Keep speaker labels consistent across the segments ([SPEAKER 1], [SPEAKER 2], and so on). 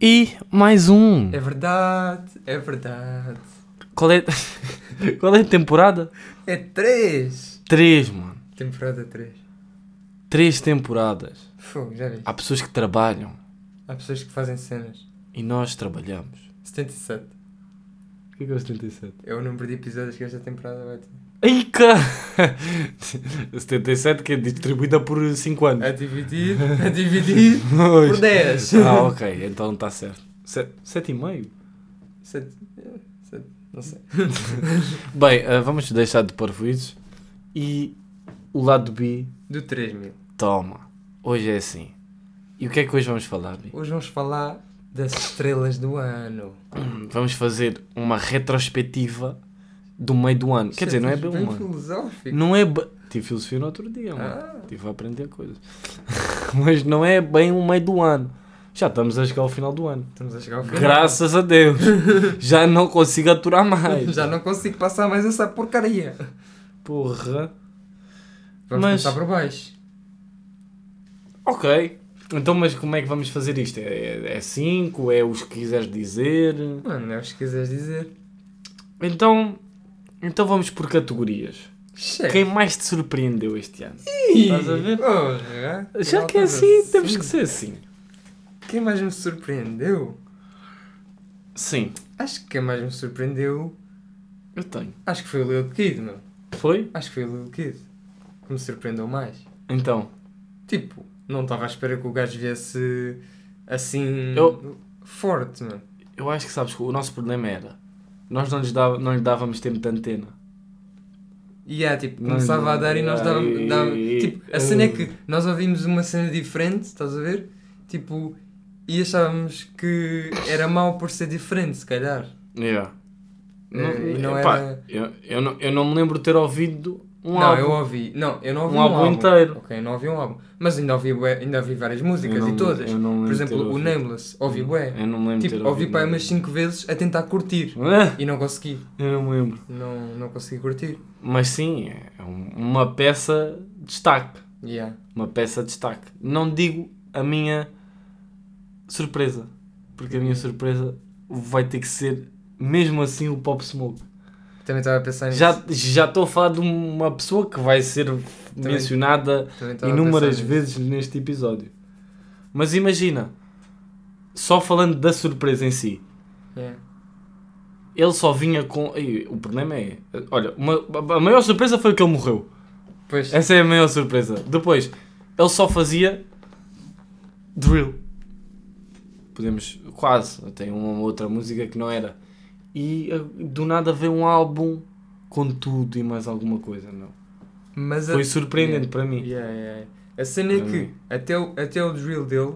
[SPEAKER 1] E mais um.
[SPEAKER 2] É verdade, é verdade.
[SPEAKER 1] Qual é, Qual é a temporada?
[SPEAKER 2] É 3!
[SPEAKER 1] Três, mano.
[SPEAKER 2] Temporada 3.
[SPEAKER 1] Três temporadas.
[SPEAKER 2] Fogo, já viste?
[SPEAKER 1] Há pessoas que trabalham
[SPEAKER 2] Há pessoas que fazem cenas.
[SPEAKER 1] e nós trabalhamos.
[SPEAKER 2] 77.
[SPEAKER 1] O que é que é o 77?
[SPEAKER 2] É o número de episódios que esta temporada vai ter.
[SPEAKER 1] Ai, cara! 77 que é distribuída por 5 anos.
[SPEAKER 2] A dividir, a dividir por
[SPEAKER 1] Pois.
[SPEAKER 2] 10.
[SPEAKER 1] Ah, ok, então está certo. 7,5?
[SPEAKER 2] Sete- é, sete, não sei.
[SPEAKER 1] Bem, ah, vamos deixar de pôr ruídos e o lado B,
[SPEAKER 2] Do 3 mil.
[SPEAKER 1] toma. Hoje é assim. E o que é que hoje vamos falar, B?
[SPEAKER 2] Hoje vamos falar das estrelas do ano.
[SPEAKER 1] Vamos fazer uma retrospectiva do meio do ano. Quer dizer, não é bem
[SPEAKER 2] bem
[SPEAKER 1] uma.
[SPEAKER 2] filosófico.
[SPEAKER 1] Não é. ba- Tive filosofia no outro dia, mano.
[SPEAKER 2] Ah,
[SPEAKER 1] Estive a aprender coisas. Mas não é bem o meio do ano. Já estamos a chegar ao final do ano.
[SPEAKER 2] estamos a chegar ao final.
[SPEAKER 1] Graças a Deus. Já não consigo aturar mais.
[SPEAKER 2] Já não consigo passar mais essa porcaria.
[SPEAKER 1] Porra.
[SPEAKER 2] Vamos
[SPEAKER 1] Mas-
[SPEAKER 2] começar por baixo.
[SPEAKER 1] Ok. Então, mas como é que vamos fazer isto? É 5? É, os que quiseres dizer?
[SPEAKER 2] Mano, é o que quiseres dizer.
[SPEAKER 1] Então, então vamos por categorias.
[SPEAKER 2] Chega.
[SPEAKER 1] Quem mais te surpreendeu este ano?
[SPEAKER 2] Estás
[SPEAKER 1] Estás a ver?
[SPEAKER 2] Porra,
[SPEAKER 1] Já
[SPEAKER 2] afinal
[SPEAKER 1] que é
[SPEAKER 2] estás
[SPEAKER 1] assim, temos que ser assim.
[SPEAKER 2] Quem mais me surpreendeu?
[SPEAKER 1] Sim,
[SPEAKER 2] Acho que quem mais me surpreendeu...
[SPEAKER 1] eu tenho.
[SPEAKER 2] Acho que foi o Lil Kid, meu.
[SPEAKER 1] Foi?
[SPEAKER 2] Acho que foi o Lil Kid. Que me surpreendeu mais.
[SPEAKER 1] Então,
[SPEAKER 2] Tipo, não estava à espera que o gajo viesse assim...
[SPEAKER 1] Eu-
[SPEAKER 2] Forte, mano.
[SPEAKER 1] eu acho que sabes que o nosso problema era. Nós não, lhes dava, não lhe dávamos tempo de antena.
[SPEAKER 2] E yeah, tipo,
[SPEAKER 1] Nós
[SPEAKER 2] começava a
[SPEAKER 1] não-
[SPEAKER 2] dar e nós
[SPEAKER 1] Ah,
[SPEAKER 2] dávamos...
[SPEAKER 1] e-
[SPEAKER 2] dávamos-
[SPEAKER 1] e-
[SPEAKER 2] Tipo, a cena é
[SPEAKER 1] ah.
[SPEAKER 2] que nós ouvimos uma cena diferente, estás a ver? Tipo, e achávamos que era mau por ser diferente, se calhar.
[SPEAKER 1] Yeah.
[SPEAKER 2] Eh, e não
[SPEAKER 1] epá,
[SPEAKER 2] era-
[SPEAKER 1] eu, eu não, eu não me lembro de ter ouvido um
[SPEAKER 2] não,
[SPEAKER 1] álbum.
[SPEAKER 2] eu ouvi. Não, eu não ouvi
[SPEAKER 1] Um
[SPEAKER 2] um,
[SPEAKER 1] álbum
[SPEAKER 2] álbum,
[SPEAKER 1] inteiro.
[SPEAKER 2] Ok, não ouvi um álbum. Mas ainda ouvi, bué- ainda ouvi várias músicas
[SPEAKER 1] Eu não-
[SPEAKER 2] e todas.
[SPEAKER 1] eu não lembro
[SPEAKER 2] Por
[SPEAKER 1] de
[SPEAKER 2] exemplo,
[SPEAKER 1] ter
[SPEAKER 2] o
[SPEAKER 1] ouvido.
[SPEAKER 2] Nameless, ouvi bué.
[SPEAKER 1] Eu não me lembro de
[SPEAKER 2] Tipo,
[SPEAKER 1] ter
[SPEAKER 2] ouvi
[SPEAKER 1] ouvido.
[SPEAKER 2] para aí umas 5 vezes a tentar curtir.
[SPEAKER 1] Ah,
[SPEAKER 2] E não consegui.
[SPEAKER 1] Eu não me lembro.
[SPEAKER 2] Não, não consegui curtir.
[SPEAKER 1] Mas sim, é um- uma peça de destaque.
[SPEAKER 2] Yeah.
[SPEAKER 1] Uma peça de destaque. Não digo a minha surpresa. Porque a minha surpresa vai ter que ser mesmo assim o Pop Smoke.
[SPEAKER 2] Também estava a pensar nisso.
[SPEAKER 1] Já já estou a falar de uma pessoa que vai ser mencionada
[SPEAKER 2] Também estava a
[SPEAKER 1] inúmeras
[SPEAKER 2] pensar nisso.
[SPEAKER 1] vezes neste episódio. Mas imagina, só falando da surpresa em si,
[SPEAKER 2] Yeah.
[SPEAKER 1] ele só vinha com. Ei, o problema é. Olha, uma- a maior surpresa foi que ele morreu.
[SPEAKER 2] Pois,
[SPEAKER 1] Essa é a maior surpresa. Depois, ele só fazia. drill. Podemos. quase. Tem uma outra música que não era. E ah, do nada veio um álbum com tudo e mais alguma coisa, meu.
[SPEAKER 2] mas a-
[SPEAKER 1] Foi surpreendente
[SPEAKER 2] Yeah.
[SPEAKER 1] para mim.
[SPEAKER 2] Yeah, yeah, yeah. A cena é
[SPEAKER 1] Para
[SPEAKER 2] que
[SPEAKER 1] mim.
[SPEAKER 2] até o, até o drill dele,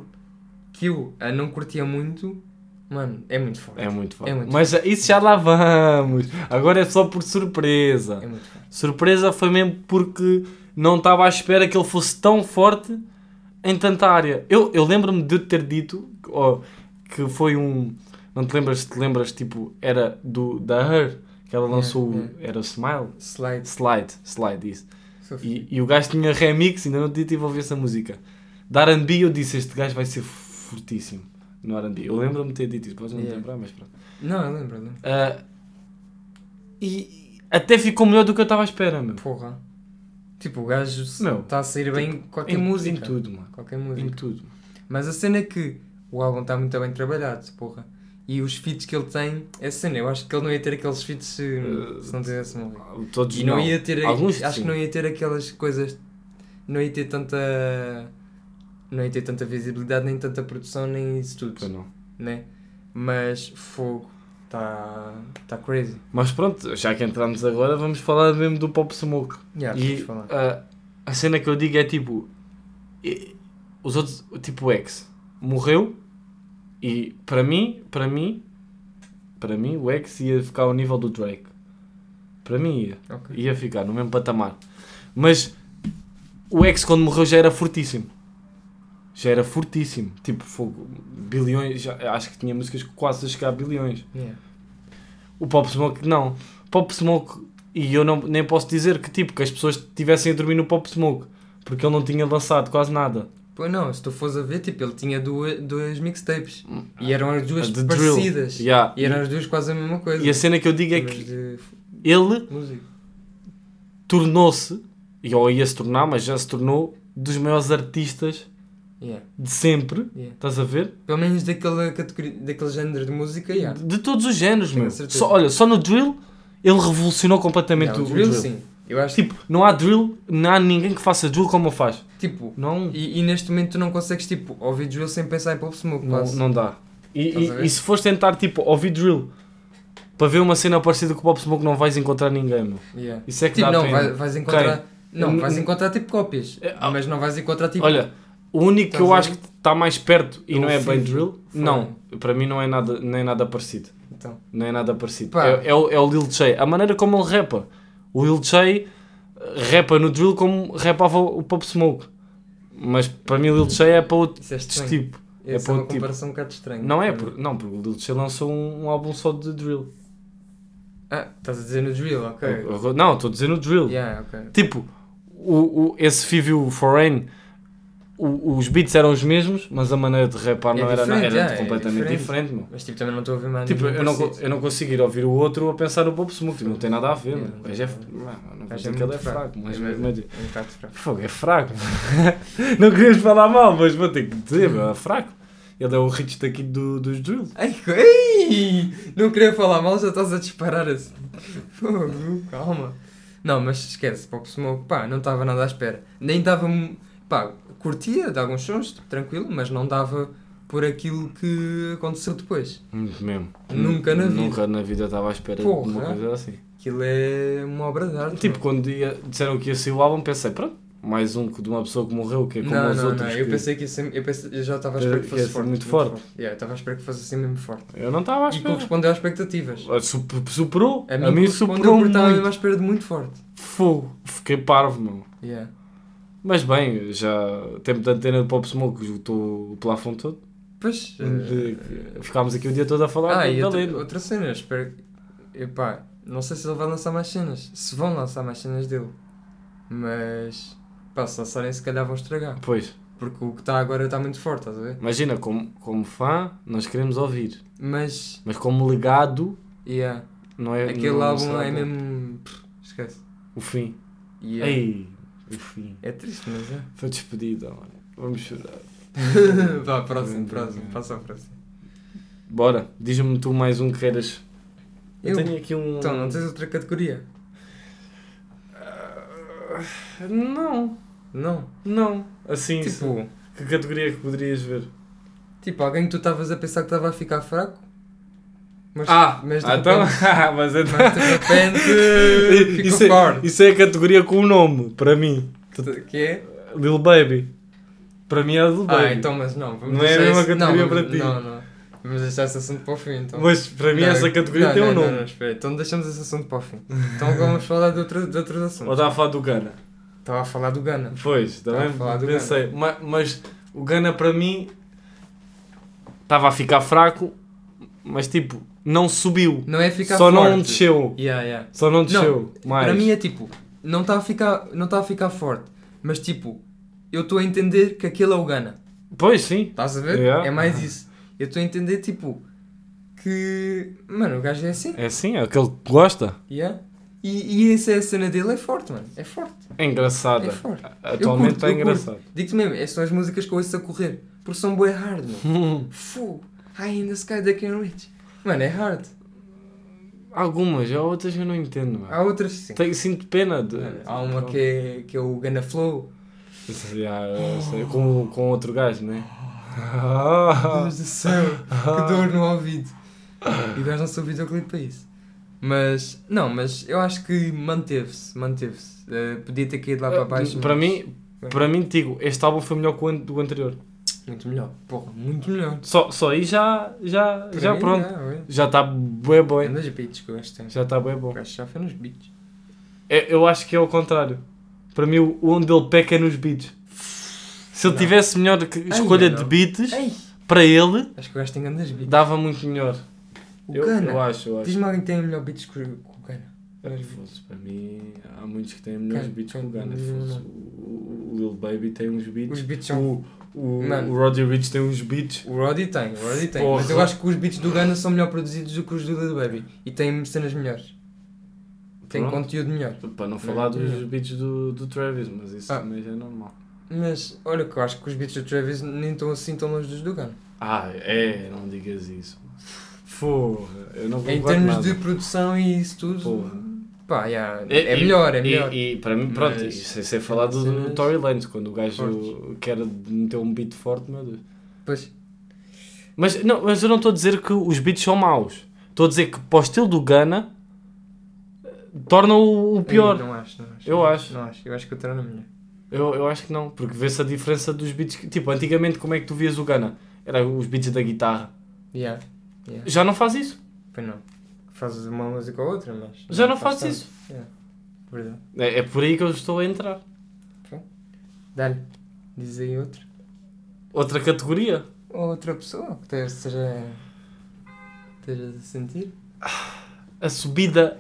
[SPEAKER 2] que eu a não curtia muito, mano, é muito forte.
[SPEAKER 1] É muito forte.
[SPEAKER 2] É muito
[SPEAKER 1] Mas isso já lá vamos. Agora é só por surpresa.
[SPEAKER 2] É muito forte.
[SPEAKER 1] Surpresa foi mesmo porque não estava à espera que ele fosse tão forte em tanta área. Eu, eu lembro-me de ter dito ó, que foi um. Não te lembras? Te lembras? Tipo, era do, da Her que ela lançou. o-
[SPEAKER 2] yeah.
[SPEAKER 1] Era o Smile?
[SPEAKER 2] Slide.
[SPEAKER 1] Slide, Slide, isso.
[SPEAKER 2] Sou
[SPEAKER 1] E, e o gajo tinha remix, ainda não tinha tive a ouvir essa música. Da RB eu disse: Este gajo vai ser fortíssimo no RB. Eu lembro-me de ter dito isso, podes não te
[SPEAKER 2] Yeah.
[SPEAKER 1] lembrar, mas pronto.
[SPEAKER 2] Não, eu lembro, eu lembro.
[SPEAKER 1] Ah, e até ficou melhor do que eu estava à espera, meu.
[SPEAKER 2] Porra. Tipo, o gajo
[SPEAKER 1] Meu,
[SPEAKER 2] está a sair bem em qualquer
[SPEAKER 1] Tipo, Em-
[SPEAKER 2] música.
[SPEAKER 1] Em tudo, mano.
[SPEAKER 2] Qualquer
[SPEAKER 1] Em
[SPEAKER 2] música.
[SPEAKER 1] tudo.
[SPEAKER 2] Mas a cena é que o álbum está muito bem trabalhado, porra. E os feats que ele tem, é cena, eu acho que ele não ia ter aqueles feats se,
[SPEAKER 1] Eh,
[SPEAKER 2] se não tivesse morrido.
[SPEAKER 1] Todos
[SPEAKER 2] E não ia ter.
[SPEAKER 1] Alguns,
[SPEAKER 2] acho
[SPEAKER 1] sim.
[SPEAKER 2] que não ia ter aquelas coisas. Não ia ter tanta. Não ia ter tanta visibilidade, nem tanta produção, nem isso
[SPEAKER 1] Pois
[SPEAKER 2] tudo,
[SPEAKER 1] Então não.
[SPEAKER 2] né? Mas fogo, está. Está crazy.
[SPEAKER 1] Mas pronto, já que entramos agora, vamos falar mesmo do Pop Smoke.
[SPEAKER 2] Yeah,
[SPEAKER 1] e
[SPEAKER 2] vamos falar.
[SPEAKER 1] ah, a cena que eu digo é tipo. e- os outros. Tipo, o X morreu. E para mim, para mim. Para mim, o X ia ficar ao nível do Drake. Para mim ia.
[SPEAKER 2] Ok.
[SPEAKER 1] Ia ficar no mesmo patamar. Mas o X quando morreu já era fortíssimo. Já era fortíssimo. Tipo, fogo. Bilhões. já- acho que tinha músicas que quase a chegar a bilhões.
[SPEAKER 2] Yeah.
[SPEAKER 1] O Pop Smoke não. Pop Smoke. E eu não, nem posso dizer que tipo que as pessoas estivessem a dormir no Pop Smoke. Porque ele não tinha lançado quase nada.
[SPEAKER 2] Pois não, se tu fores a ver, tipo, ele tinha duas, duas mixtapes.
[SPEAKER 1] Hum.
[SPEAKER 2] E eram as duas
[SPEAKER 1] A de Drill.
[SPEAKER 2] parecidas.
[SPEAKER 1] Yeah.
[SPEAKER 2] E eram as duas quase a mesma coisa.
[SPEAKER 1] E a cena que eu digo é
[SPEAKER 2] Mas
[SPEAKER 1] que
[SPEAKER 2] de
[SPEAKER 1] ele
[SPEAKER 2] música.
[SPEAKER 1] tornou-se, e ou ia se tornar, mas já se tornou, dos maiores artistas
[SPEAKER 2] Yeah,
[SPEAKER 1] de sempre.
[SPEAKER 2] yeah.
[SPEAKER 1] Estás a ver?
[SPEAKER 2] Pelo menos daquela categoria, daquele género de música, yeah.
[SPEAKER 1] De todos os géneros,
[SPEAKER 2] Tenho
[SPEAKER 1] meu.
[SPEAKER 2] certeza.
[SPEAKER 1] Só, olha, só no drill ele revolucionou completamente
[SPEAKER 2] Yeah,
[SPEAKER 1] o,
[SPEAKER 2] o
[SPEAKER 1] o
[SPEAKER 2] drill,
[SPEAKER 1] drill.
[SPEAKER 2] sim. Eu acho
[SPEAKER 1] Tipo, não há drill, não há ninguém que faça drill como ele faz.
[SPEAKER 2] que, tipo,
[SPEAKER 1] Não,
[SPEAKER 2] e, e neste momento tu não consegues, tipo, ouvir drill sem pensar em Pop Smoke,
[SPEAKER 1] não,
[SPEAKER 2] quase.
[SPEAKER 1] não dá. E,
[SPEAKER 2] Estás a
[SPEAKER 1] e-
[SPEAKER 2] ver?
[SPEAKER 1] e se fores tentar, tipo, ouvir drill para ver uma cena parecida com o Pop Smoke, não vais encontrar ninguém, meu.
[SPEAKER 2] Yeah.
[SPEAKER 1] Isso é que
[SPEAKER 2] Tipo,
[SPEAKER 1] dá
[SPEAKER 2] não,
[SPEAKER 1] pena.
[SPEAKER 2] vai- vais encontrar... Não,
[SPEAKER 1] N-
[SPEAKER 2] vais
[SPEAKER 1] n-
[SPEAKER 2] encontrar, tipo, cópias.
[SPEAKER 1] É, ah,
[SPEAKER 2] Mas não vais encontrar, tipo...
[SPEAKER 1] Olha, o único que eu
[SPEAKER 2] Estás a
[SPEAKER 1] acho que está mais perto e
[SPEAKER 2] É o
[SPEAKER 1] não é bem
[SPEAKER 2] Fivo.
[SPEAKER 1] drill,
[SPEAKER 2] Foi.
[SPEAKER 1] não, para mim não é nada, nem nada parecido.
[SPEAKER 2] Então,
[SPEAKER 1] Não é nada parecido.
[SPEAKER 2] Pá.
[SPEAKER 1] É, é o, é o Lil Chey. A maneira como ele rapa. O Lil Chey eh, rapa no drill como rapava o Pop Smoke. Mas para mim o Lil Chey é para outro
[SPEAKER 2] isso é estranho.
[SPEAKER 1] tipo. É
[SPEAKER 2] Essa
[SPEAKER 1] para
[SPEAKER 2] é uma
[SPEAKER 1] outro tipo.
[SPEAKER 2] comparação um bocado estranha.
[SPEAKER 1] Não é, por, não, porque o Lil Chey lançou um, um álbum só de drill.
[SPEAKER 2] Ah, estás a dizer no drill, ok.
[SPEAKER 1] Eu- eu- Não, estou a dizer no drill.
[SPEAKER 2] É. Yeah, ok.
[SPEAKER 1] Tipo, o, o, esse Fivio Foreign, o- os beats eram os mesmos, mas a maneira de rapar
[SPEAKER 2] É
[SPEAKER 1] não era, nada,
[SPEAKER 2] diferente,
[SPEAKER 1] era
[SPEAKER 2] é, é
[SPEAKER 1] completamente
[SPEAKER 2] diferente.
[SPEAKER 1] diferente, meu.
[SPEAKER 2] Mas tipo, também não estou a ouvir mais
[SPEAKER 1] Tipo,
[SPEAKER 2] nenhum
[SPEAKER 1] eu não, co-
[SPEAKER 2] parecido.
[SPEAKER 1] eu não consigo ir ouvir o outro a pensar o Pop Smoke, tipo, não tem nada a ver,
[SPEAKER 2] Yeah,
[SPEAKER 1] mano. O gajo é, f- mano, não vou
[SPEAKER 2] Mas
[SPEAKER 1] dizer que ele é fraco, mas
[SPEAKER 2] É mesmo,
[SPEAKER 1] mas-
[SPEAKER 2] é um bocado fraco.
[SPEAKER 1] Fogo, é fraco. mano. não querias falar mal, mas vou ter que dizer, meu, é fraco. Ele é o Rich daqui do, dos drills.
[SPEAKER 2] Ai, co- ei! Não queria falar mal, já estás a disparar assim. Fogo, calma. Não, mas esquece, Pop Smoke, pá, não estava nada à espera. Nem dava. mu- pá, curtia de alguns sons, tipo, tranquilo, mas não dava por aquilo que aconteceu depois.
[SPEAKER 1] Muito mesmo.
[SPEAKER 2] Nunca na vida.
[SPEAKER 1] Nunca na vida estava à espera de uma
[SPEAKER 2] Porra.
[SPEAKER 1] coisa assim.
[SPEAKER 2] Aquilo é uma obra de arte.
[SPEAKER 1] Tipo,
[SPEAKER 2] meu.
[SPEAKER 1] quando ia- disseram que ia sair o álbum, pensei, pronto, mais um que de uma pessoa que morreu, que é como
[SPEAKER 2] não,
[SPEAKER 1] os
[SPEAKER 2] não,
[SPEAKER 1] outros.
[SPEAKER 2] não,
[SPEAKER 1] que-
[SPEAKER 2] eu pensei que ia ser- eu, pensei- eu já estava à
[SPEAKER 1] Que-
[SPEAKER 2] espera que
[SPEAKER 1] que
[SPEAKER 2] fosse
[SPEAKER 1] ia ser
[SPEAKER 2] forte.
[SPEAKER 1] muito forte.
[SPEAKER 2] Yeah, eu estava à espera que fosse assim mesmo forte.
[SPEAKER 1] Eu não estava à
[SPEAKER 2] E
[SPEAKER 1] espera.
[SPEAKER 2] correspondeu às expectativas.
[SPEAKER 1] Sup- Superou.
[SPEAKER 2] A
[SPEAKER 1] A
[SPEAKER 2] mim,
[SPEAKER 1] mim,
[SPEAKER 2] correspondeu
[SPEAKER 1] superou
[SPEAKER 2] porque
[SPEAKER 1] muito.
[SPEAKER 2] estava mesmo à espera de muito forte.
[SPEAKER 1] Fogo. Fiquei parvo, mano.
[SPEAKER 2] Yeah.
[SPEAKER 1] Mas bem, já tempo de antena de Pop Smoke, esgotou o plafond todo.
[SPEAKER 2] Pois.
[SPEAKER 1] De-
[SPEAKER 2] eh,
[SPEAKER 1] Ficámos aqui o dia todo a falar
[SPEAKER 2] Ah,
[SPEAKER 1] da-
[SPEAKER 2] e
[SPEAKER 1] da
[SPEAKER 2] outra,
[SPEAKER 1] lenda.
[SPEAKER 2] outra cena, eu espero que. Epá, não sei se ele vai lançar mais cenas. Se vão lançar mais cenas dele. Mas. Pá, se lançarem, se calhar vão estragar.
[SPEAKER 1] Pois,
[SPEAKER 2] Porque o que está agora está muito forte, estás a ver?
[SPEAKER 1] imagina, como, como fã, nós queremos ouvir.
[SPEAKER 2] Mas.
[SPEAKER 1] Mas como legado,
[SPEAKER 2] Yeah,
[SPEAKER 1] não é.
[SPEAKER 2] aquele
[SPEAKER 1] não- não
[SPEAKER 2] álbum
[SPEAKER 1] será
[SPEAKER 2] é
[SPEAKER 1] bom.
[SPEAKER 2] mesmo. pff, Esquece.
[SPEAKER 1] O fim.
[SPEAKER 2] Yeah.
[SPEAKER 1] Ei, o fim.
[SPEAKER 2] É triste, mas é.
[SPEAKER 1] Foi despedida, mano. Vamos chorar.
[SPEAKER 2] Vá, próximo,
[SPEAKER 1] Bem,
[SPEAKER 2] próximo,
[SPEAKER 1] bem.
[SPEAKER 2] passa ao próximo.
[SPEAKER 1] Bora, diz-me tu mais um que queiras. Eu,
[SPEAKER 2] Eu?
[SPEAKER 1] tenho aqui um.
[SPEAKER 2] Então, não tens outra categoria?
[SPEAKER 1] Ah, Não,
[SPEAKER 2] Não.
[SPEAKER 1] não. Assim, se-
[SPEAKER 2] Tipo,
[SPEAKER 1] que categoria é que poderias ver?
[SPEAKER 2] tipo, alguém que tu estavas a pensar que estava a ficar fraco? Mas, Ah, mas de
[SPEAKER 1] então.
[SPEAKER 2] repente-
[SPEAKER 1] Ah, mas então.
[SPEAKER 2] Mas de repente ficou
[SPEAKER 1] isso, é,
[SPEAKER 2] forte.
[SPEAKER 1] isso é a categoria com o nome, para mim.
[SPEAKER 2] Que é?
[SPEAKER 1] Lil Baby. Para mim é Lil Baby.
[SPEAKER 2] Ah, então, mas não. Vamos
[SPEAKER 1] Não é a
[SPEAKER 2] deixar
[SPEAKER 1] mesma
[SPEAKER 2] esse-
[SPEAKER 1] categoria
[SPEAKER 2] não, vamos-
[SPEAKER 1] para ti.
[SPEAKER 2] Não, não. Vamos deixar esse assunto para o fim, então.
[SPEAKER 1] Mas para mim
[SPEAKER 2] Não,
[SPEAKER 1] essa categoria
[SPEAKER 2] não,
[SPEAKER 1] tem um
[SPEAKER 2] não,
[SPEAKER 1] nome.
[SPEAKER 2] Não, não, espera. Então deixamos esse assunto para o fim. Então agora vamos falar de, outro, de outros
[SPEAKER 1] Ou
[SPEAKER 2] assuntos.
[SPEAKER 1] está a falar do Gana?
[SPEAKER 2] Estava a falar do Gana.
[SPEAKER 1] Pois,
[SPEAKER 2] Estava
[SPEAKER 1] também
[SPEAKER 2] a falar do
[SPEAKER 1] pensei. Ma- Mas, o Gana para mim estava a ficar fraco, mas tipo, não subiu.
[SPEAKER 2] Não é ficar
[SPEAKER 1] Só
[SPEAKER 2] forte.
[SPEAKER 1] não desceu.
[SPEAKER 2] Yeah, yeah.
[SPEAKER 1] Só não desceu. mais.
[SPEAKER 2] Para mim é tipo, não está a ficar, não está a ficar forte, mas tipo, eu estou a entender que aquele é o Gana.
[SPEAKER 1] Pois sim.
[SPEAKER 2] Estás a ver?
[SPEAKER 1] Yeah.
[SPEAKER 2] É mais isso. Eu estou a entender tipo que, mano, o gajo é assim.
[SPEAKER 1] É sim, é aquele que gosta.
[SPEAKER 2] Yeah. E, e essa é a cena dele é forte, mano. É forte.
[SPEAKER 1] É engraçado.
[SPEAKER 2] É forte.
[SPEAKER 1] Atualmente
[SPEAKER 2] curto,
[SPEAKER 1] é
[SPEAKER 2] eu curto.
[SPEAKER 1] engraçado.
[SPEAKER 2] Digo-te mesmo, essas são as músicas que eu ouço a correr. Porque são bué hard, mano. Fogo. High in the sky da Ken Rich. Mano, é hard.
[SPEAKER 1] Algumas, há outras que eu não entendo. mano.
[SPEAKER 2] Há outras sim.
[SPEAKER 1] Tenho, sinto pena de.
[SPEAKER 2] Mano, Há uma que é, que é o Gana Flow.
[SPEAKER 1] Já, eu sei, com, com outro gajo, não é?
[SPEAKER 2] Deus do céu. Que dor no ouvido. E o gajo lançou o videoclipe para isso. Mas, não, mas eu acho que manteve-se, manteve-se. Eh, podia ter caído lá
[SPEAKER 1] Ah,
[SPEAKER 2] para baixo.
[SPEAKER 1] para
[SPEAKER 2] mas-
[SPEAKER 1] mim, para mim, te digo, este álbum foi melhor que o an- do anterior.
[SPEAKER 2] Muito melhor. Porra, muito melhor.
[SPEAKER 1] Só, só aí já, já,
[SPEAKER 2] Para
[SPEAKER 1] já
[SPEAKER 2] mim,
[SPEAKER 1] pronto.
[SPEAKER 2] Já, ué.
[SPEAKER 1] Já está bem bom.
[SPEAKER 2] É um dos beats que eu gosto.
[SPEAKER 1] Já está bem
[SPEAKER 2] O
[SPEAKER 1] bom.
[SPEAKER 2] gajo já foi nos beats.
[SPEAKER 1] É, eu acho que é ao contrário. Para mim, o- onde ele peca é nos beats. Se ele
[SPEAKER 2] Não.
[SPEAKER 1] tivesse melhor que- escolha de
[SPEAKER 2] não.
[SPEAKER 1] beats,
[SPEAKER 2] Ei,
[SPEAKER 1] para ele,
[SPEAKER 2] acho que o gajo tem grandes beats.
[SPEAKER 1] dava muito melhor.
[SPEAKER 2] O
[SPEAKER 1] eu,
[SPEAKER 2] Gana.
[SPEAKER 1] eu acho, eu acho.
[SPEAKER 2] Diz-me alguém que tem melhor beats que o que o Gana. Mas-
[SPEAKER 1] Foda-se, É para mim, há muitos que têm melhores
[SPEAKER 2] Quem-
[SPEAKER 1] beats que
[SPEAKER 2] quem-
[SPEAKER 1] o Gunna.
[SPEAKER 2] não,
[SPEAKER 1] foda-se.
[SPEAKER 2] não.
[SPEAKER 1] O, o Lil Baby tem uns beats.
[SPEAKER 2] Os beats são.
[SPEAKER 1] O, o,
[SPEAKER 2] Mano.
[SPEAKER 1] o Roger Rich tem uns beats.
[SPEAKER 2] O Roddy tem, o Roddy tem. Mas eu
[SPEAKER 1] Porra.
[SPEAKER 2] acho que os beats do Gunna são melhor produzidos do que os do Lil Baby. E têm cenas melhores. Têm
[SPEAKER 1] Pronto.
[SPEAKER 2] conteúdo melhor.
[SPEAKER 1] Para não falar
[SPEAKER 2] Não,
[SPEAKER 1] dos
[SPEAKER 2] não.
[SPEAKER 1] beats do, do Travis, mas isso
[SPEAKER 2] Ah.
[SPEAKER 1] também já é normal.
[SPEAKER 2] Mas olha que eu acho que os beats do Travis nem estão assim tão longe dos do Gunna.
[SPEAKER 1] Ah, é, não digas isso. Porra, eu não
[SPEAKER 2] Em
[SPEAKER 1] concordo
[SPEAKER 2] termos
[SPEAKER 1] nada.
[SPEAKER 2] de produção e isso tudo.
[SPEAKER 1] Porra.
[SPEAKER 2] Pá, yeah,
[SPEAKER 1] E-
[SPEAKER 2] é,
[SPEAKER 1] e-
[SPEAKER 2] melhor, é
[SPEAKER 1] e-
[SPEAKER 2] melhor.
[SPEAKER 1] E, para mim, pronto,
[SPEAKER 2] Mas-
[SPEAKER 1] isso sem ser falar do, do
[SPEAKER 2] Mas-
[SPEAKER 1] Tory Lanez, quando o gajo
[SPEAKER 2] Forte.
[SPEAKER 1] quer meter um beat forte, meu Deus.
[SPEAKER 2] Pois,
[SPEAKER 1] Mas, não, mas eu não estou a dizer que os beats são maus. Estou a dizer que para o estilo do Ghana torna-o o pior.
[SPEAKER 2] Não acho, não acho.
[SPEAKER 1] Eu
[SPEAKER 2] não
[SPEAKER 1] acho.
[SPEAKER 2] Não acho, eu acho que o Trano é melhor.
[SPEAKER 1] Eu, eu acho que não, porque vê-se a diferença dos beats. que- tipo, antigamente como é que tu vias o Ghana? Era os beats da guitarra.
[SPEAKER 2] Yeah, yeah.
[SPEAKER 1] Já não faz isso.
[SPEAKER 2] Pois não. Fazes uma música ou outra, mas.
[SPEAKER 1] Já não faz
[SPEAKER 2] tanto.
[SPEAKER 1] isso.
[SPEAKER 2] Verdade.
[SPEAKER 1] É, é por aí que eu estou a entrar.
[SPEAKER 2] Dá-lhe. Diz aí outro.
[SPEAKER 1] Outra categoria.
[SPEAKER 2] Ou outra pessoa que te- esteja. esteja a sentir.
[SPEAKER 1] A subida.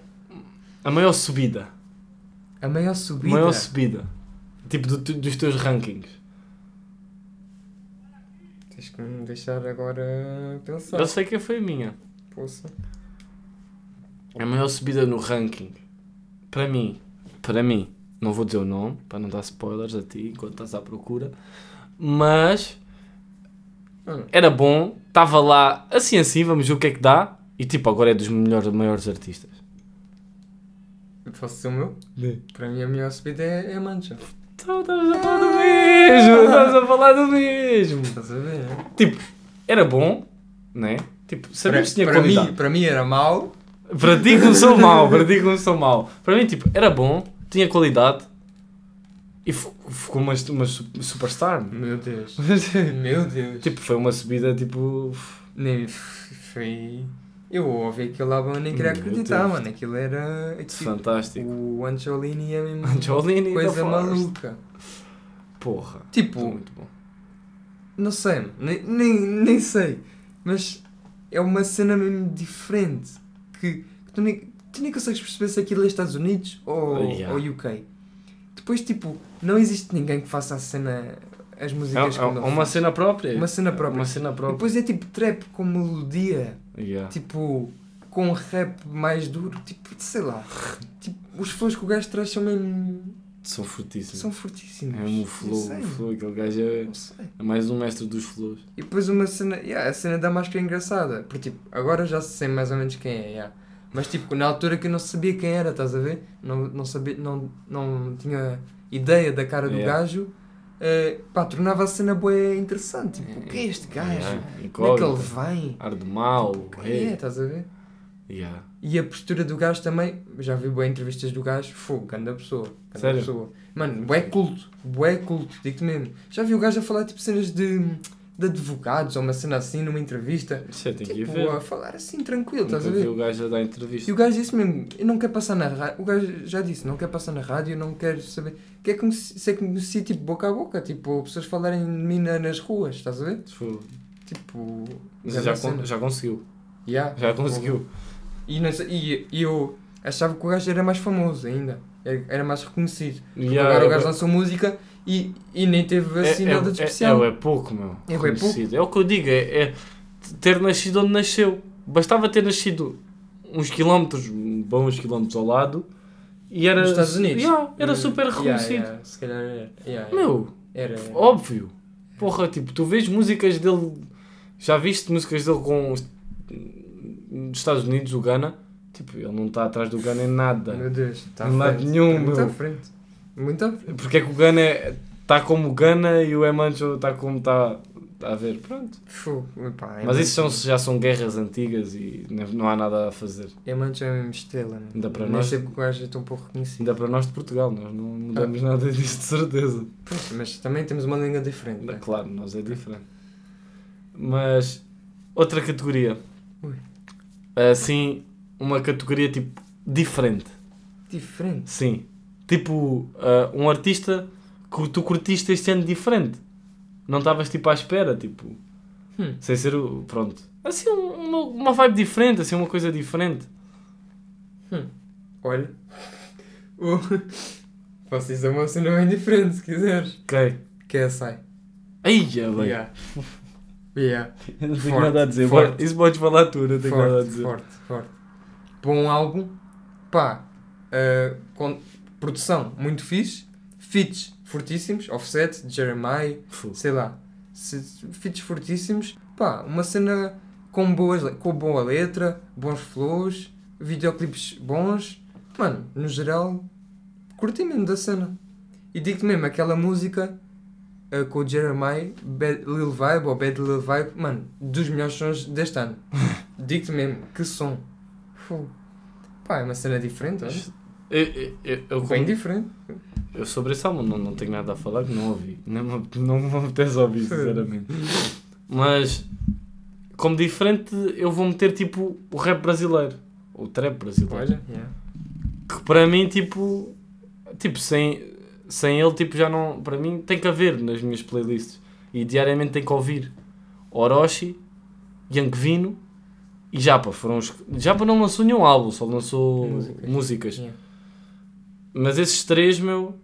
[SPEAKER 1] A maior subida.
[SPEAKER 2] A maior subida.
[SPEAKER 1] Maior subida. Tipo do tu- dos teus rankings.
[SPEAKER 2] Tens que me deixar agora pensar.
[SPEAKER 1] Eu sei que foi a minha.
[SPEAKER 2] Poça.
[SPEAKER 1] A maior subida no ranking. Para mim. Para mim. Não vou dizer o nome, para não dar spoilers a ti enquanto estás à procura. Mas
[SPEAKER 2] Hum.
[SPEAKER 1] era bom, estava lá assim assim, vamos ver o que é que dá. E tipo, agora é dos melhores, maiores artistas.
[SPEAKER 2] Posso dizer o meu? Para mim a melhor subida é, é a mancha.
[SPEAKER 1] Então estamos a falar do mesmo! Estamos a falar do mesmo! Tipo,
[SPEAKER 2] Estás a ver? é?
[SPEAKER 1] Era bom, né? Tipo, sabemos que tinha
[SPEAKER 2] para,
[SPEAKER 1] qualidade.
[SPEAKER 2] mim, para mim era mau.
[SPEAKER 1] Para ti começou mal, para ti começou mal. Para mim, tipo, era bom, tinha qualidade e fu- ficou uma, uma su- superstar. meu.
[SPEAKER 2] Meu Deus. Meu Deus.
[SPEAKER 1] tipo, foi uma subida, tipo...
[SPEAKER 2] Nem foi. Eu ouvi aquele álbum e nem queria
[SPEAKER 1] Meu
[SPEAKER 2] acreditar,
[SPEAKER 1] Deus. um
[SPEAKER 2] mano. Aquilo era. aquilo-
[SPEAKER 1] Fantástico.
[SPEAKER 2] O Anciolini é mesmo.
[SPEAKER 1] Jolene
[SPEAKER 2] Coisa
[SPEAKER 1] da Forest.
[SPEAKER 2] maluca.
[SPEAKER 1] Porra.
[SPEAKER 2] Tipo-
[SPEAKER 1] Muito bom.
[SPEAKER 2] Não sei, mano, nem, nem, nem sei. Mas é uma cena mesmo diferente. Que tu nem, tu nem consegues perceber se aquilo é Estados Unidos ou,
[SPEAKER 1] Ah, Yeah.
[SPEAKER 2] ou UK. Depois, tipo, não existe ninguém que faça a cena. As
[SPEAKER 1] É,
[SPEAKER 2] músicas
[SPEAKER 1] é-
[SPEAKER 2] como ele
[SPEAKER 1] é uma
[SPEAKER 2] faz.
[SPEAKER 1] cena própria.
[SPEAKER 2] Uma cena própria.
[SPEAKER 1] Uma cena
[SPEAKER 2] E
[SPEAKER 1] própria.
[SPEAKER 2] Depois é tipo trap com melodia.
[SPEAKER 1] Yeah.
[SPEAKER 2] tipo, com rap mais duro, tipo, sei lá. Tipo, os flows que o gajo traz são mesmo.
[SPEAKER 1] São fortíssimos.
[SPEAKER 2] são fortíssimos.
[SPEAKER 1] É um
[SPEAKER 2] Não
[SPEAKER 1] flow,
[SPEAKER 2] sei,
[SPEAKER 1] um flow. Aquele gajo é,
[SPEAKER 2] não sei.
[SPEAKER 1] é mais um mestre dos flows.
[SPEAKER 2] E depois uma cena. Yeah, a cena da máscara é engraçada. Porque, tipo, agora já sei mais ou menos quem é, yeah. Mas, tipo, na altura que eu não sabia quem era, estás a ver? Não, não sabia. Não, não tinha ideia da cara do
[SPEAKER 1] Yeah.
[SPEAKER 2] gajo. eh, pá, tornava a cena boa interessante. Tipo, o que é este gajo?
[SPEAKER 1] Yeah.
[SPEAKER 2] Como é que ele
[SPEAKER 1] Incógnito.
[SPEAKER 2] vem?
[SPEAKER 1] Ar de mal.
[SPEAKER 2] Quem é? Estás a ver?
[SPEAKER 1] Yeah.
[SPEAKER 2] E a postura do gajo também, já vi boas entrevistas do gajo, fogo, grande pessoa. Grande
[SPEAKER 1] Sério?
[SPEAKER 2] pessoa. Mano, bué culto, bué culto, digo-te mesmo. Já vi o gajo a falar tipo cenas de, de advogados ou uma cena assim numa entrevista.
[SPEAKER 1] Isso eu tenho que ir
[SPEAKER 2] tipo,
[SPEAKER 1] ver.
[SPEAKER 2] a falar assim tranquilo, estás a
[SPEAKER 1] Nunca vi
[SPEAKER 2] ver?
[SPEAKER 1] o gajo a dar entrevista.
[SPEAKER 2] E o gajo disse mesmo, eu não quero passar na rádio, o gajo já disse, não quero passar na rádio, não quero saber, é quer conhecer, ser conhecido tipo boca a boca, tipo, pessoas falarem de mim na- nas ruas, estás a ver?
[SPEAKER 1] Tipo,
[SPEAKER 2] Tipo,
[SPEAKER 1] mas
[SPEAKER 2] grande
[SPEAKER 1] já,
[SPEAKER 2] cena.
[SPEAKER 1] con- já conseguiu.
[SPEAKER 2] Yeah.
[SPEAKER 1] Já conseguiu.
[SPEAKER 2] E, não sei- e- e eu achava que o gajo era mais famoso ainda. Era era mais reconhecido. Porque
[SPEAKER 1] Yeah,
[SPEAKER 2] agora o
[SPEAKER 1] é
[SPEAKER 2] gajo
[SPEAKER 1] bué-
[SPEAKER 2] lançou música e, e nem teve assim
[SPEAKER 1] é-
[SPEAKER 2] nada
[SPEAKER 1] é-
[SPEAKER 2] de especial.
[SPEAKER 1] É, é, pouco, meu.
[SPEAKER 2] É bué
[SPEAKER 1] Conhecido. É o que eu digo, é, é ter nascido onde nasceu. Bastava ter nascido uns quilómetros, bons quilómetros ao lado, e era.
[SPEAKER 2] Nos Estados Unidos?
[SPEAKER 1] Yeah, era
[SPEAKER 2] Hum,
[SPEAKER 1] super
[SPEAKER 2] yeah,
[SPEAKER 1] reconhecido.
[SPEAKER 2] yeah, se calhar era. Yeah,
[SPEAKER 1] Meu,
[SPEAKER 2] era. era.
[SPEAKER 1] óbvio. Porra, tipo, tu vês músicas dele. Já viste músicas dele com os nos Estados Unidos, o Ghana? Tipo, ele não está atrás do Ghana em nada.
[SPEAKER 2] Meu Deus, está
[SPEAKER 1] Não há nenhum,
[SPEAKER 2] Muito
[SPEAKER 1] meu.
[SPEAKER 2] à frente. Muito à frente.
[SPEAKER 1] Porque é que o Gana está como o Gana e o Emancho está como está a ver, pronto.
[SPEAKER 2] Fogo, epá, é
[SPEAKER 1] Mas isso um são,
[SPEAKER 2] mancha.
[SPEAKER 1] já são guerras antigas e ne- não há nada a fazer.
[SPEAKER 2] É mancha é mesmo estrela, mano.
[SPEAKER 1] Ainda para
[SPEAKER 2] Nem
[SPEAKER 1] nós-
[SPEAKER 2] sei porque o gajo é tão pouco reconhecido.
[SPEAKER 1] Ainda para nós de Portugal, nós não mudamos nada disso de certeza.
[SPEAKER 2] Pois, mas também temos uma língua diferente.
[SPEAKER 1] Ainda,
[SPEAKER 2] Né?
[SPEAKER 1] claro, nós é diferente. Mas outra categoria.
[SPEAKER 2] Ui.
[SPEAKER 1] Assim, uma categoria tipo diferente.
[SPEAKER 2] Diferente.
[SPEAKER 1] Sim. Tipo, ah, um artista que tu curtiste este ano diferente. Não estavas tipo à espera, tipo.
[SPEAKER 2] Hum.
[SPEAKER 1] Sem ser o. Pronto. Assim, um- uma, uma vibe diferente, assim, uma coisa diferente.
[SPEAKER 2] Hum. Olha. O... Posso dizer uma cena bem diferente, é se quiseres.
[SPEAKER 1] Ok.
[SPEAKER 2] Que é a sai.
[SPEAKER 1] Aí, já bem.
[SPEAKER 2] Yeah. Yeah.
[SPEAKER 3] Eu não tenho
[SPEAKER 2] Forte,
[SPEAKER 3] nada a dizer.
[SPEAKER 2] forte.
[SPEAKER 1] Isso podes falar tu, não tenho nada a
[SPEAKER 2] Forte,
[SPEAKER 1] dizer.
[SPEAKER 2] forte, forte. Bom álbum. Pá. ah, com produção muito fixe. Feats fortíssimos. Offset, Jeremiah.
[SPEAKER 1] Fu.
[SPEAKER 2] sei lá, se- feats fortíssimos, pá, uma cena com, boas, le- com boa letra, bons flows, videoclipes bons, mano, no geral, curti mesmo da cena. E digo-te mesmo, aquela música eh, com o Jeremiah, Bad Lil Vibe ou Bad Lil Vibe, mano, dos melhores sons deste ano. digo-te mesmo, que som. Fu. Pá, é uma cena diferente, olha.
[SPEAKER 1] Eu, eu, eu, eu,
[SPEAKER 2] Bem diferente.
[SPEAKER 1] eu sobre esse álbum não, não tenho nada a falar, que não ouvi. Não, me- não me apetece ouvir, sinceramente. Mas, como diferente, eu vou meter tipo o rap brasileiro. O trap brasileiro.
[SPEAKER 2] Olha, yeah.
[SPEAKER 1] que para mim tipo tipo sem sem ele tipo já não para mim tem que haver nas minhas playlists e diariamente tem que ouvir Orochi Yankvino e Japa foram os que- Japa não lançou nenhum álbum só lançou
[SPEAKER 2] Músicas.
[SPEAKER 1] músicas
[SPEAKER 2] Yeah.
[SPEAKER 1] mas esses três meu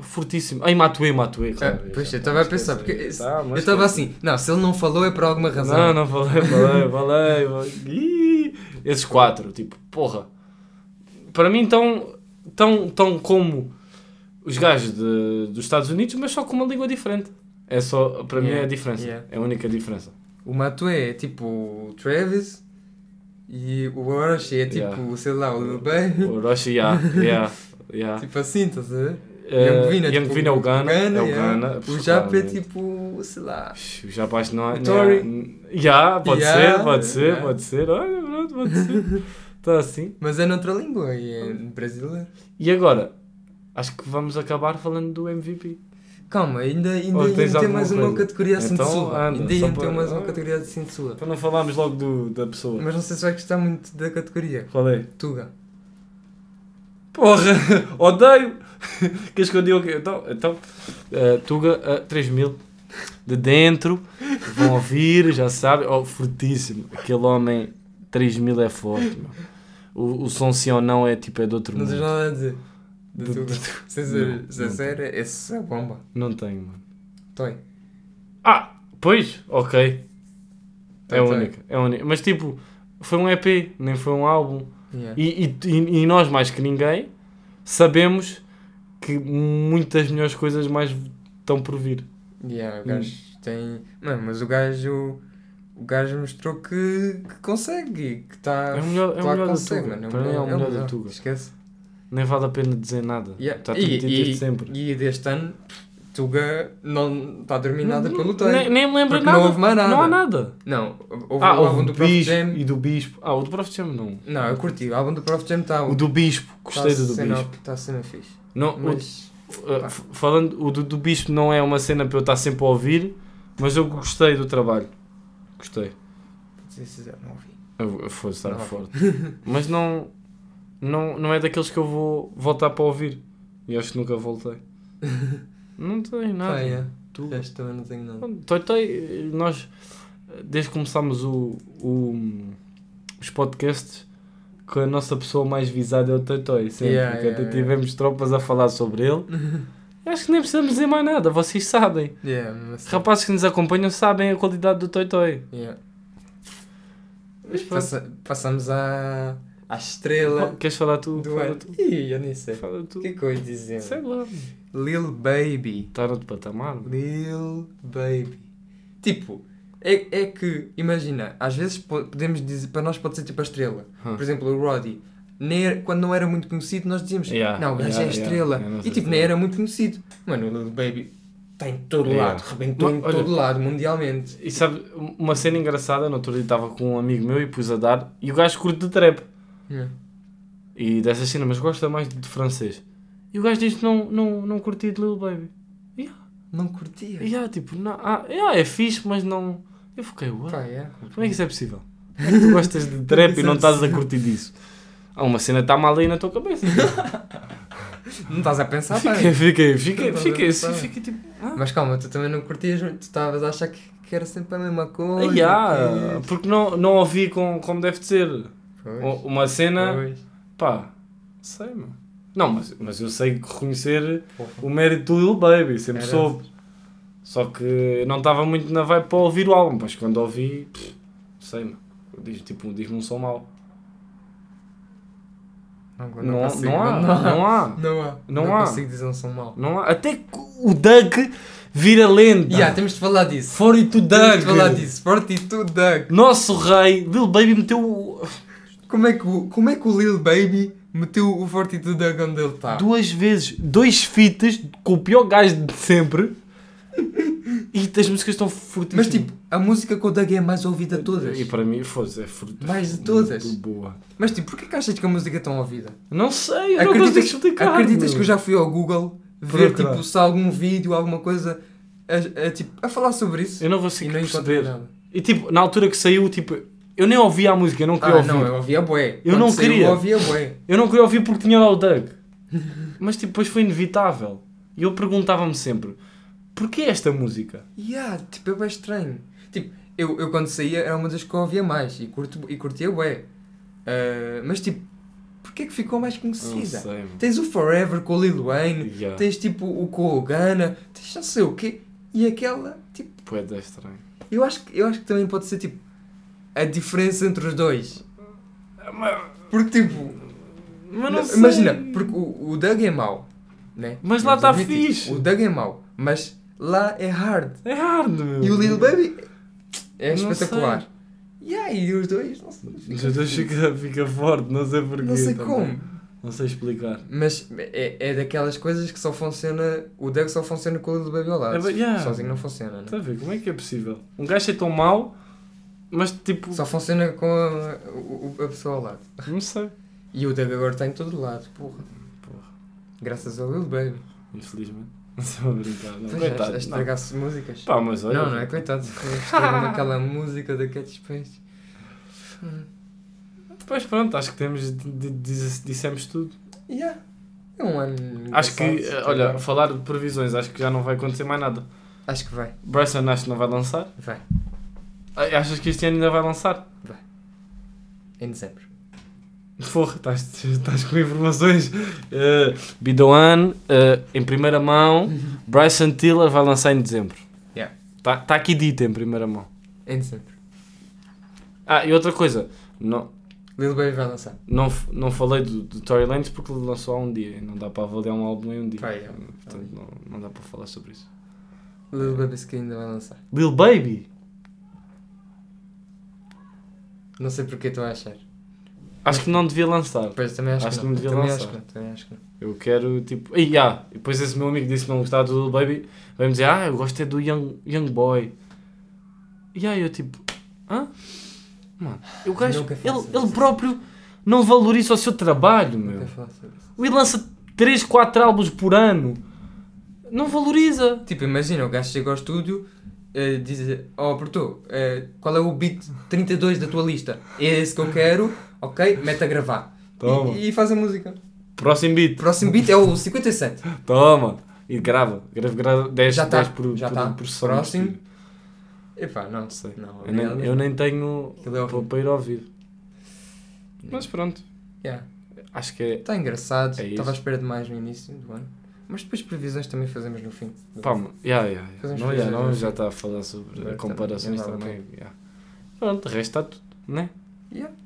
[SPEAKER 1] fortíssimo ai Matue Matue claro,
[SPEAKER 2] Ah, pois,
[SPEAKER 1] já,
[SPEAKER 2] eu estava a
[SPEAKER 1] esquece
[SPEAKER 2] pensar,
[SPEAKER 1] aí.
[SPEAKER 2] porque esse-
[SPEAKER 1] Tá,
[SPEAKER 2] Eu
[SPEAKER 1] mas
[SPEAKER 2] estava
[SPEAKER 1] esquece.
[SPEAKER 2] assim, não, se ele não falou é por alguma razão.
[SPEAKER 1] Não, não falei, falei, falei. falei. Ih, Esses quatro, tipo, porra. Para mim, tão, tão, tão como os gajos de- dos Estados Unidos, mas só com uma língua diferente. É só, para mim, é a
[SPEAKER 2] Yeah,
[SPEAKER 1] diferença.
[SPEAKER 2] yeah.
[SPEAKER 1] É a única diferença.
[SPEAKER 2] O Matuê é tipo o Travis e o Orochi é tipo,
[SPEAKER 1] Yeah.
[SPEAKER 2] sei lá, o Lil
[SPEAKER 1] O
[SPEAKER 2] Baby.
[SPEAKER 1] Orochi, yeah, yeah, yeah.
[SPEAKER 2] Tipo assim, estás a ver?
[SPEAKER 1] Eh,
[SPEAKER 2] Vina, tipo,
[SPEAKER 1] Young Vina é o Gana. É o
[SPEAKER 2] yeah.
[SPEAKER 1] Gana.
[SPEAKER 2] O Japa é
[SPEAKER 1] claramente.
[SPEAKER 2] tipo, sei lá.
[SPEAKER 1] O Japa acho que não é.
[SPEAKER 2] O Tory.
[SPEAKER 1] não é- Yeah, pode
[SPEAKER 2] Yeah,
[SPEAKER 1] ser, pode ser,
[SPEAKER 2] yeah.
[SPEAKER 1] pode ser. Olha, pronto, pode ser. Está assim.
[SPEAKER 2] Mas é noutra língua e é brasileiro.
[SPEAKER 1] E agora? Acho que vamos acabar falando do MVP.
[SPEAKER 2] Calma, ainda, ainda,
[SPEAKER 1] Ou
[SPEAKER 2] ainda
[SPEAKER 1] tens
[SPEAKER 2] tem
[SPEAKER 1] alguma
[SPEAKER 2] mais uma
[SPEAKER 1] coisa?
[SPEAKER 2] categoria assim
[SPEAKER 1] Então,
[SPEAKER 2] de sua.
[SPEAKER 1] anda,
[SPEAKER 2] Ainda
[SPEAKER 1] só
[SPEAKER 2] iam ter
[SPEAKER 1] para-
[SPEAKER 2] mais uma categoria assim de sua.
[SPEAKER 1] Para Então não falarmos logo do- da pessoa.
[SPEAKER 2] Mas não sei se vai gostar muito da categoria.
[SPEAKER 1] Qual é?
[SPEAKER 2] Tuga.
[SPEAKER 1] Porra, odeio! Queres que eu diga o quê? Então, então eh, Tuga eh, 3000 de dentro, vão ouvir, já sabem. Oh, fortíssimo, aquele homem 3000 é forte, meu. O, o som sim ou não é tipo é de outro
[SPEAKER 2] Não tens
[SPEAKER 1] mundo.
[SPEAKER 2] nada a dizer. Da
[SPEAKER 1] Do-
[SPEAKER 2] Tuga. Sem
[SPEAKER 1] Não,
[SPEAKER 2] ser
[SPEAKER 1] não tá.
[SPEAKER 2] sem ser, essa é bomba.
[SPEAKER 1] Não tenho, mano.
[SPEAKER 2] Toi.
[SPEAKER 1] Ah, pois, ok. É
[SPEAKER 2] Então, tá.
[SPEAKER 1] única, é única. Mas tipo, foi um EP, nem foi um álbum.
[SPEAKER 2] Yeah.
[SPEAKER 1] E, e- e- e nós, mais que ninguém, sabemos que muitas melhores coisas mais estão por vir.
[SPEAKER 2] Yeah, o gajo tem. Mano, mas o gajo. O gajo mostrou que, que consegue e que tá está.
[SPEAKER 1] É o melhor- é o melhor da Tuga.
[SPEAKER 2] mano,
[SPEAKER 1] Para mim é o melhor da Tuga. Tá
[SPEAKER 2] Esquece.
[SPEAKER 1] Nem vale a pena dizer nada.
[SPEAKER 2] Yeah.
[SPEAKER 1] Está tudo
[SPEAKER 2] e,
[SPEAKER 1] dito
[SPEAKER 2] e,
[SPEAKER 1] desde sempre.
[SPEAKER 2] e deste ano, Tuga não está dominada pelo Toy.
[SPEAKER 1] nem, nem me lembro
[SPEAKER 2] Porque
[SPEAKER 1] nada.
[SPEAKER 2] não houve mais nada.
[SPEAKER 1] Não há nada.
[SPEAKER 2] Não,
[SPEAKER 1] ah,
[SPEAKER 2] houve o
[SPEAKER 1] houve
[SPEAKER 2] álbum
[SPEAKER 1] do
[SPEAKER 2] do Prof
[SPEAKER 1] Bispo
[SPEAKER 2] Jam.
[SPEAKER 1] e do Bispo. Ah, o do Prof Jam não.
[SPEAKER 2] Não, eu curti. O álbum do Prof Jam tá está.
[SPEAKER 1] O do Bispo. Gostei
[SPEAKER 2] Tá
[SPEAKER 1] do do Bispo.
[SPEAKER 2] Está sendo fixe.
[SPEAKER 1] Não, o-
[SPEAKER 2] Mas.
[SPEAKER 1] uh, f- falando, o do, do Bispo não é uma cena para eu estar sempre a ouvir, mas eu gostei do trabalho. Gostei.
[SPEAKER 2] Vou ser sincero, não ouvi.
[SPEAKER 1] Eu, eu vou estar
[SPEAKER 2] Não.
[SPEAKER 1] forte. Mas não, não, não é daqueles que eu vou voltar para ouvir. E acho que nunca voltei. Não tenho nada.
[SPEAKER 2] Pá, yeah.
[SPEAKER 1] Tu.
[SPEAKER 2] Este também não tenho nada.
[SPEAKER 1] Toi, toi, Então, nós, desde que começámos o, o- os podcasts, que a nossa pessoa mais visada é o Toi Toi. Sempre.
[SPEAKER 2] Yeah,
[SPEAKER 1] que
[SPEAKER 2] yeah,
[SPEAKER 1] até tivemos tropas a falar sobre ele. acho que nem precisamos dizer mais nada, vocês sabem.
[SPEAKER 2] Yeah, mas.
[SPEAKER 1] Os rapazes que nos acompanham sabem a qualidade do Toi Toi.
[SPEAKER 2] Yeah.
[SPEAKER 1] Mas pronto. Oh,
[SPEAKER 2] Passa- passamos à, à estrela
[SPEAKER 1] Queres falar tu?
[SPEAKER 2] do
[SPEAKER 1] Fala
[SPEAKER 2] ano.
[SPEAKER 1] tu.
[SPEAKER 2] Ih, eu nem sei.
[SPEAKER 1] Fala
[SPEAKER 2] O
[SPEAKER 1] tu.
[SPEAKER 2] que é que eu ia dizer?
[SPEAKER 1] Sei lá.
[SPEAKER 2] Lil Baby.
[SPEAKER 1] Está noutro patamar. mano.
[SPEAKER 2] Lil Baby. Tipo, é, é que, imagina, às vezes po- podemos dizer, para nós pode ser tipo a estrela.
[SPEAKER 1] Hum.
[SPEAKER 2] Por exemplo, o Roddy. Nem era- quando não era muito conhecido, nós dizíamos,
[SPEAKER 1] Yeah,
[SPEAKER 2] não, o gajo
[SPEAKER 1] yeah,
[SPEAKER 2] é a
[SPEAKER 1] yeah.
[SPEAKER 2] estrela.
[SPEAKER 1] É a nossa
[SPEAKER 2] e tipo, nem
[SPEAKER 1] estrela.
[SPEAKER 2] era muito conhecido. Mano, o Lil Baby está em todo
[SPEAKER 1] Yeah.
[SPEAKER 2] lado, rebentou
[SPEAKER 1] Não,
[SPEAKER 2] em
[SPEAKER 1] olha-
[SPEAKER 2] todo lado, mundialmente.
[SPEAKER 1] E sabe, uma cena engraçada, no outro dia estava com um amigo meu e pus a dar, e o gajo curte de trap.
[SPEAKER 2] Yeah.
[SPEAKER 1] E dessa cena, mas gosta mais de francês. E o gajo diz que não, não, não curti de Lil Baby.
[SPEAKER 2] Não curtia.
[SPEAKER 1] E ah, tipo, não, ah, ah, é fixe, mas não. Eu fiquei, uau,
[SPEAKER 2] Pá, yeah.
[SPEAKER 1] como é que isso é possível? Como é que tu gostas de trap e não estás a curtir disso? Ah, uma cena está mal aí na tua cabeça.
[SPEAKER 2] Não estás a pensar Tá bem. Tá
[SPEAKER 1] Fiquei, fiquei, fiquei,
[SPEAKER 2] Não
[SPEAKER 1] fiquei,
[SPEAKER 2] sabe.
[SPEAKER 1] fiquei tipo. Ah,
[SPEAKER 2] Mas calma, tu também não curtias, tu estavas a achar que, que era sempre a mesma coisa.
[SPEAKER 1] ai, ah, porque não, não ouvi com, como deve de ser.
[SPEAKER 2] Oh, que- Pois,
[SPEAKER 1] Uma cena,
[SPEAKER 2] pois.
[SPEAKER 1] pá, Sei, mano. Não, mas, mas eu sei reconhecer o mérito do Lil Baby, sempre
[SPEAKER 2] Era-
[SPEAKER 1] soube. Só que não estava muito na vibe para ouvir o álbum, mas quando ouvi, pff, sei, mano. Diz, tipo, diz-me um som mau.
[SPEAKER 2] Não, não,
[SPEAKER 1] Não, não,
[SPEAKER 2] consigo,
[SPEAKER 1] há,
[SPEAKER 2] não há.
[SPEAKER 1] não há.
[SPEAKER 2] Não há.
[SPEAKER 1] Não
[SPEAKER 2] não
[SPEAKER 1] há.
[SPEAKER 2] consigo dizer um som mau.
[SPEAKER 1] Não há. Até que o Doug vira lenda.
[SPEAKER 2] Yeah, temos de falar disso.
[SPEAKER 1] Fora e tu,
[SPEAKER 2] Temos de falar
[SPEAKER 1] Doug.
[SPEAKER 2] disso. Forty to Doug.
[SPEAKER 1] Nosso rei, Lil Baby meteu o-
[SPEAKER 2] Como é que o, como é que o Lil Baby meteu o Forty to Doug onde ele tá? está?
[SPEAKER 1] duas vezes, dois fitas com o pior gajo de sempre. E as músicas estão fortíssimas.
[SPEAKER 2] Mas tipo, a música com o Doug é a mais ouvida de todas.
[SPEAKER 1] E para mim, foda-se, é fruto.
[SPEAKER 2] Mais de todas.
[SPEAKER 1] Muito boa.
[SPEAKER 2] Mas tipo, porquê que achas que a música é tão ouvida?
[SPEAKER 1] Não sei, eu não consigo explicar.
[SPEAKER 2] acreditas
[SPEAKER 1] meu.
[SPEAKER 2] que eu já fui ao Google ver
[SPEAKER 1] Procurar.
[SPEAKER 2] tipo, se há algum vídeo, alguma coisa a, a, tipo, a falar sobre isso?
[SPEAKER 1] Eu não
[SPEAKER 2] e
[SPEAKER 1] consigo
[SPEAKER 2] não encontrei
[SPEAKER 1] perceber.
[SPEAKER 2] nada.
[SPEAKER 1] E tipo, na altura que saiu, tipo, eu nem ouvia a música, eu não queria
[SPEAKER 2] Ah,
[SPEAKER 1] ouvir.
[SPEAKER 2] não,
[SPEAKER 1] eu...
[SPEAKER 2] eu ouvia bué.
[SPEAKER 1] Eu
[SPEAKER 2] Quando
[SPEAKER 1] não
[SPEAKER 2] saiu,
[SPEAKER 1] queria.
[SPEAKER 2] Eu ouvia bué.
[SPEAKER 1] não queria ouvir porque tinha lá o Doug. Mas tipo, depois foi inevitável. E eu perguntava-me sempre, porquê esta música?
[SPEAKER 2] Yeah, tipo, é bem estranho. Tipo, eu, eu quando saía era uma das que eu ouvia mais e, curto, e curtia bué. Ah, mas tipo, porquê que ficou mais
[SPEAKER 1] Não
[SPEAKER 2] conhecida?
[SPEAKER 1] sei, mano.
[SPEAKER 2] Tens o Forever com o Lil Wayne,
[SPEAKER 1] Yeah,
[SPEAKER 2] tens tipo o com o Ghana, tens não sei o quê. E aquela, tipo,
[SPEAKER 1] pô, é da estranho.
[SPEAKER 2] eu acho, que, eu acho que também pode ser tipo a diferença entre os dois. Porque tipo,
[SPEAKER 1] Mas não
[SPEAKER 2] Não,
[SPEAKER 1] sei.
[SPEAKER 2] Imagina, porque o, o Doug é mau, né?
[SPEAKER 1] Mas lá
[SPEAKER 2] Vamos
[SPEAKER 1] tá
[SPEAKER 2] admitir,
[SPEAKER 1] fixe.
[SPEAKER 2] O Doug é mau, mas lá é hard.
[SPEAKER 1] É hard, meu.
[SPEAKER 2] E o Lil Baby é
[SPEAKER 1] Não
[SPEAKER 2] espetacular. E aí, os dois, não sei,
[SPEAKER 1] Já deixa fica, fica forte, não sei porquê.
[SPEAKER 2] não sei
[SPEAKER 1] também.
[SPEAKER 2] como.
[SPEAKER 1] Não sei explicar.
[SPEAKER 2] Mas é, é daquelas coisas que só funciona. O Doug só funciona com o Lil Baby ao lado.
[SPEAKER 1] É, but yeah.
[SPEAKER 2] Sozinho não funciona, né?
[SPEAKER 1] Estás a ver, como é que é possível? Um gajo é tão mau, mas tipo,
[SPEAKER 2] Só funciona com a, o- o- a pessoa ao lado.
[SPEAKER 1] não sei.
[SPEAKER 2] E o Doug agora está em todo lado, porra.
[SPEAKER 1] Porra.
[SPEAKER 2] Graças ao Lil Baby.
[SPEAKER 1] Infelizmente. Não estou a brincar. Não,
[SPEAKER 2] Pois é,
[SPEAKER 1] coitado.
[SPEAKER 2] a
[SPEAKER 1] não.
[SPEAKER 2] estragar-se músicas.
[SPEAKER 1] Pá, mas olha.
[SPEAKER 2] Não, não é coitado. Estragando aquela música da Cat Space.
[SPEAKER 1] Pois pronto, acho que temos. de- de- diz- dissemos tudo.
[SPEAKER 2] Yeah. É um ano.
[SPEAKER 1] Acho que,
[SPEAKER 2] engraçado,
[SPEAKER 1] eh,
[SPEAKER 2] tá
[SPEAKER 1] olha,
[SPEAKER 2] bem.
[SPEAKER 1] falar de previsões, acho que já não vai acontecer mais nada.
[SPEAKER 2] Acho que vai.
[SPEAKER 1] Bryson acho que não vai lançar.
[SPEAKER 2] Vai.
[SPEAKER 1] Ai, Achas que este ano ainda vai lançar?
[SPEAKER 2] Em dezembro.
[SPEAKER 1] Porra, estás, estás com informações. Eh, Bidoan, eh, em primeira mão, Bryson Tiller vai lançar em dezembro.
[SPEAKER 2] Uhum. Yeah.
[SPEAKER 1] Está tá aqui dito em primeira mão.
[SPEAKER 2] Em dezembro.
[SPEAKER 1] Ah, e outra coisa, não,
[SPEAKER 2] Lil Baby vai lançar.
[SPEAKER 1] não, f- não falei do, do Tory Lanez porque ele lançou há um dia e não dá para avaliar um álbum em um dia.
[SPEAKER 2] Pá, é.
[SPEAKER 1] Portanto, não, não dá para falar sobre isso.
[SPEAKER 2] Lil
[SPEAKER 1] É.
[SPEAKER 2] Baby se ainda vai lançar.
[SPEAKER 1] Lil Baby?
[SPEAKER 2] Não sei porque estou a achar.
[SPEAKER 1] Acho que não devia lançar.
[SPEAKER 2] Pois também acho,
[SPEAKER 1] Acho
[SPEAKER 2] que não.
[SPEAKER 1] que um não devia
[SPEAKER 2] também
[SPEAKER 1] lançar.
[SPEAKER 2] acho que não. Também acho que não.
[SPEAKER 1] Eu quero tipo. E ah, e depois esse meu amigo disse que não gostava do Lil Baby. Vai-me dizer, ah, eu gosto é do Young, young Boy. E aí eu tipo, hã? Mano, o gajo,
[SPEAKER 2] Nunca falo sobre
[SPEAKER 1] ele, ele
[SPEAKER 2] isso.
[SPEAKER 1] próprio não valoriza o seu trabalho,
[SPEAKER 2] Nunca
[SPEAKER 1] meu.
[SPEAKER 2] falar sobre isso.
[SPEAKER 1] Ele lança 3, 4 álbuns por ano. Não valoriza.
[SPEAKER 2] Tipo, imagina, o gajo chega ao estúdio. eh, diz, oh Porto, eh, qual é o beat 32 da tua lista? É esse que eu quero, ok? Mete a gravar.
[SPEAKER 1] Toma.
[SPEAKER 2] E, e faz a música.
[SPEAKER 1] Próximo
[SPEAKER 2] O
[SPEAKER 1] beat.
[SPEAKER 2] próximo beat é o 57.
[SPEAKER 1] Toma. E grava. Grava, grava 10,
[SPEAKER 2] Já tá.
[SPEAKER 1] 10 por,
[SPEAKER 2] Já
[SPEAKER 1] por,
[SPEAKER 2] tá.
[SPEAKER 1] por som.
[SPEAKER 2] Próximo. Epá, não.
[SPEAKER 1] Não sei.
[SPEAKER 2] Não,
[SPEAKER 1] eu, nem,
[SPEAKER 2] obrigado.
[SPEAKER 1] eu nem tenho
[SPEAKER 2] Aquilo é horrível.
[SPEAKER 1] para, para ir ouvir. Mas pronto.
[SPEAKER 2] Yeah.
[SPEAKER 1] Acho que é.
[SPEAKER 2] Está engraçado.
[SPEAKER 1] É isso.
[SPEAKER 2] Estava à espera de mais no início do ano. Mas depois previsões também fazemos no fim. do
[SPEAKER 1] Pá,
[SPEAKER 2] ano.
[SPEAKER 1] mano. Yeah, yeah, yeah.
[SPEAKER 2] Fazemos
[SPEAKER 1] Não, yeah,
[SPEAKER 2] fazer-
[SPEAKER 1] não, já está a falar sobre
[SPEAKER 2] Agora
[SPEAKER 1] comparações
[SPEAKER 2] também,
[SPEAKER 1] também. yeah. Pronto, o resto está tudo, né?
[SPEAKER 2] Yeah.
[SPEAKER 1] tá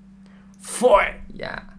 [SPEAKER 1] Foi!
[SPEAKER 2] Yeah.